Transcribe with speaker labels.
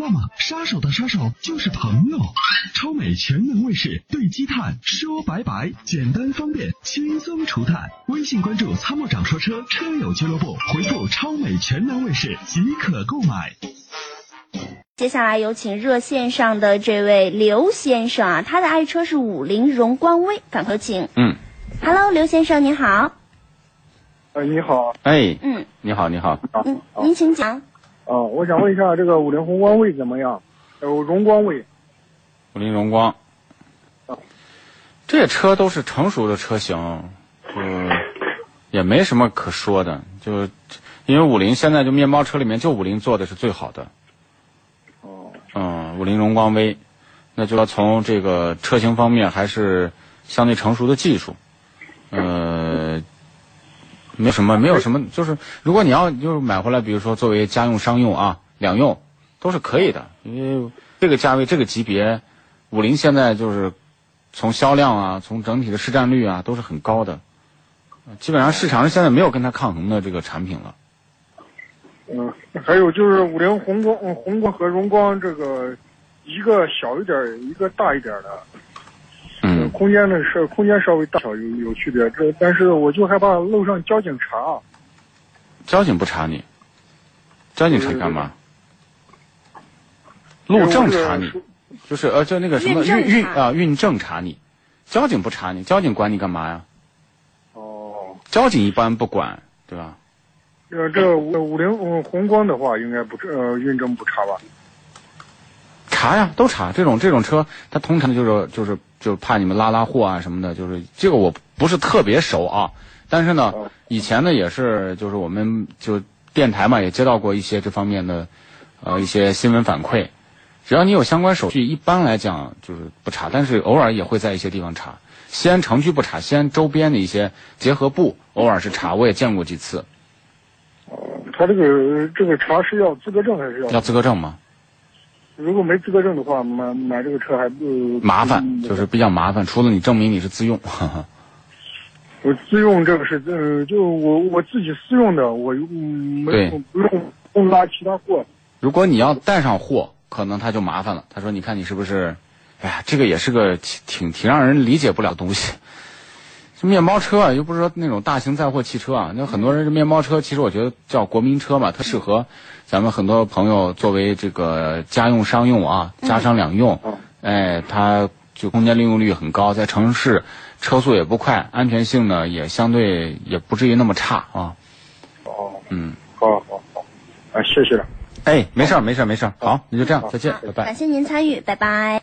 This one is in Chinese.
Speaker 1: 那么，杀手的杀手就是朋友。超美全能卫士对积碳说拜拜，简单方便，轻松除碳。微信关注“参谋长说车”车友俱乐部，回复“超美全能卫士”即可购买。
Speaker 2: 接下来有请热线上的这位刘先生啊，他的爱车是五菱荣光威，赶快请。”。
Speaker 3: 嗯，
Speaker 2: Hello，刘先生您好，
Speaker 4: 呃，你好，
Speaker 3: 哎，
Speaker 2: 嗯
Speaker 3: 你好，你好，
Speaker 4: 啊
Speaker 2: 嗯，您请讲。
Speaker 4: 啊，我想问一下这个五菱宏光卫怎么样？呃，荣光卫，
Speaker 3: 五菱荣光
Speaker 4: 哦，
Speaker 3: 这车都是成熟的车型，就也没什么可说的，就因为五菱现在就面包车里面就五菱做的是最好的，
Speaker 4: 哦，
Speaker 3: 嗯，五菱荣光 V，那就要从这个车型方面还是相对成熟的技术，呃，没有什么，没有什么，就是如果你要就是买回来，比如说作为家用、商用啊，两用都是可以的，因为这个价位、这个级别，五菱现在就是从销量啊，从整体的市占率啊，都是很高的，呃基本上市场上现在没有跟它抗衡的这个产品了。
Speaker 4: 嗯，还有就是五菱宏光、嗯宏光和荣光这个，一个小一点儿，一个大一点儿的，
Speaker 3: 嗯，
Speaker 4: 空间呢是空间稍微大小有有区别，这但是我就害怕路上交警查，啊
Speaker 3: 交警不查你，交警查干嘛？路政查你，就是呃，就那个什么
Speaker 2: 运政
Speaker 3: 运运
Speaker 2: 查
Speaker 3: 啊，运政查你，交警不查你，交警管你干嘛呀？
Speaker 4: 哦，
Speaker 3: 交警一般不管，对吧？
Speaker 4: 呃，这五五菱嗯宏光的话应该不呃运证不查吧？
Speaker 3: 查呀，都查。这种这种车，它通常就是就是就是怕你们拉拉货啊什么的，就是这个我不是特别熟啊。但是呢
Speaker 4: 哦，
Speaker 3: 以前呢也是就是我们就电台嘛也接到过一些这方面的呃一些新闻反馈。只要你有相关手续，一般来讲就是不查，但是偶尔也会在一些地方查。西安城区不查，西安周边的一些结合部偶尔是查，我也见过几次。
Speaker 4: 呃他这个这个查是要资格证还是要？
Speaker 3: 要资格证吗？
Speaker 4: 如果没资格证的话，买买这个车还呃
Speaker 3: 麻烦，就是比较麻烦。除了你证明你是自用，
Speaker 4: 我自用这个是呃，就我我自己私用的，我嗯没
Speaker 3: 对
Speaker 4: 有不用不用拉其他货。
Speaker 3: 如果你要带上货，可能他就麻烦了。他说：“你看你是不是？哎呀，这个也是个挺挺挺让人理解不了的东西。这面包车啊，又不是说那种大型载货汽车啊。那很多人这面包车，其实我觉得叫国民车嘛，它适合咱们很多朋友作为这个家用、商用啊，家商两用。
Speaker 4: 嗯
Speaker 3: 哎，它就空间利用率很高，在城市车速也不快，安全性呢也相对也不至于那么差啊。
Speaker 4: 哦，
Speaker 3: 嗯，
Speaker 4: 好好好，啊，谢谢了。
Speaker 3: 哎，没事儿，没事儿，没事儿。好，那就这样，再见，拜拜。
Speaker 2: 感谢您参与，拜拜。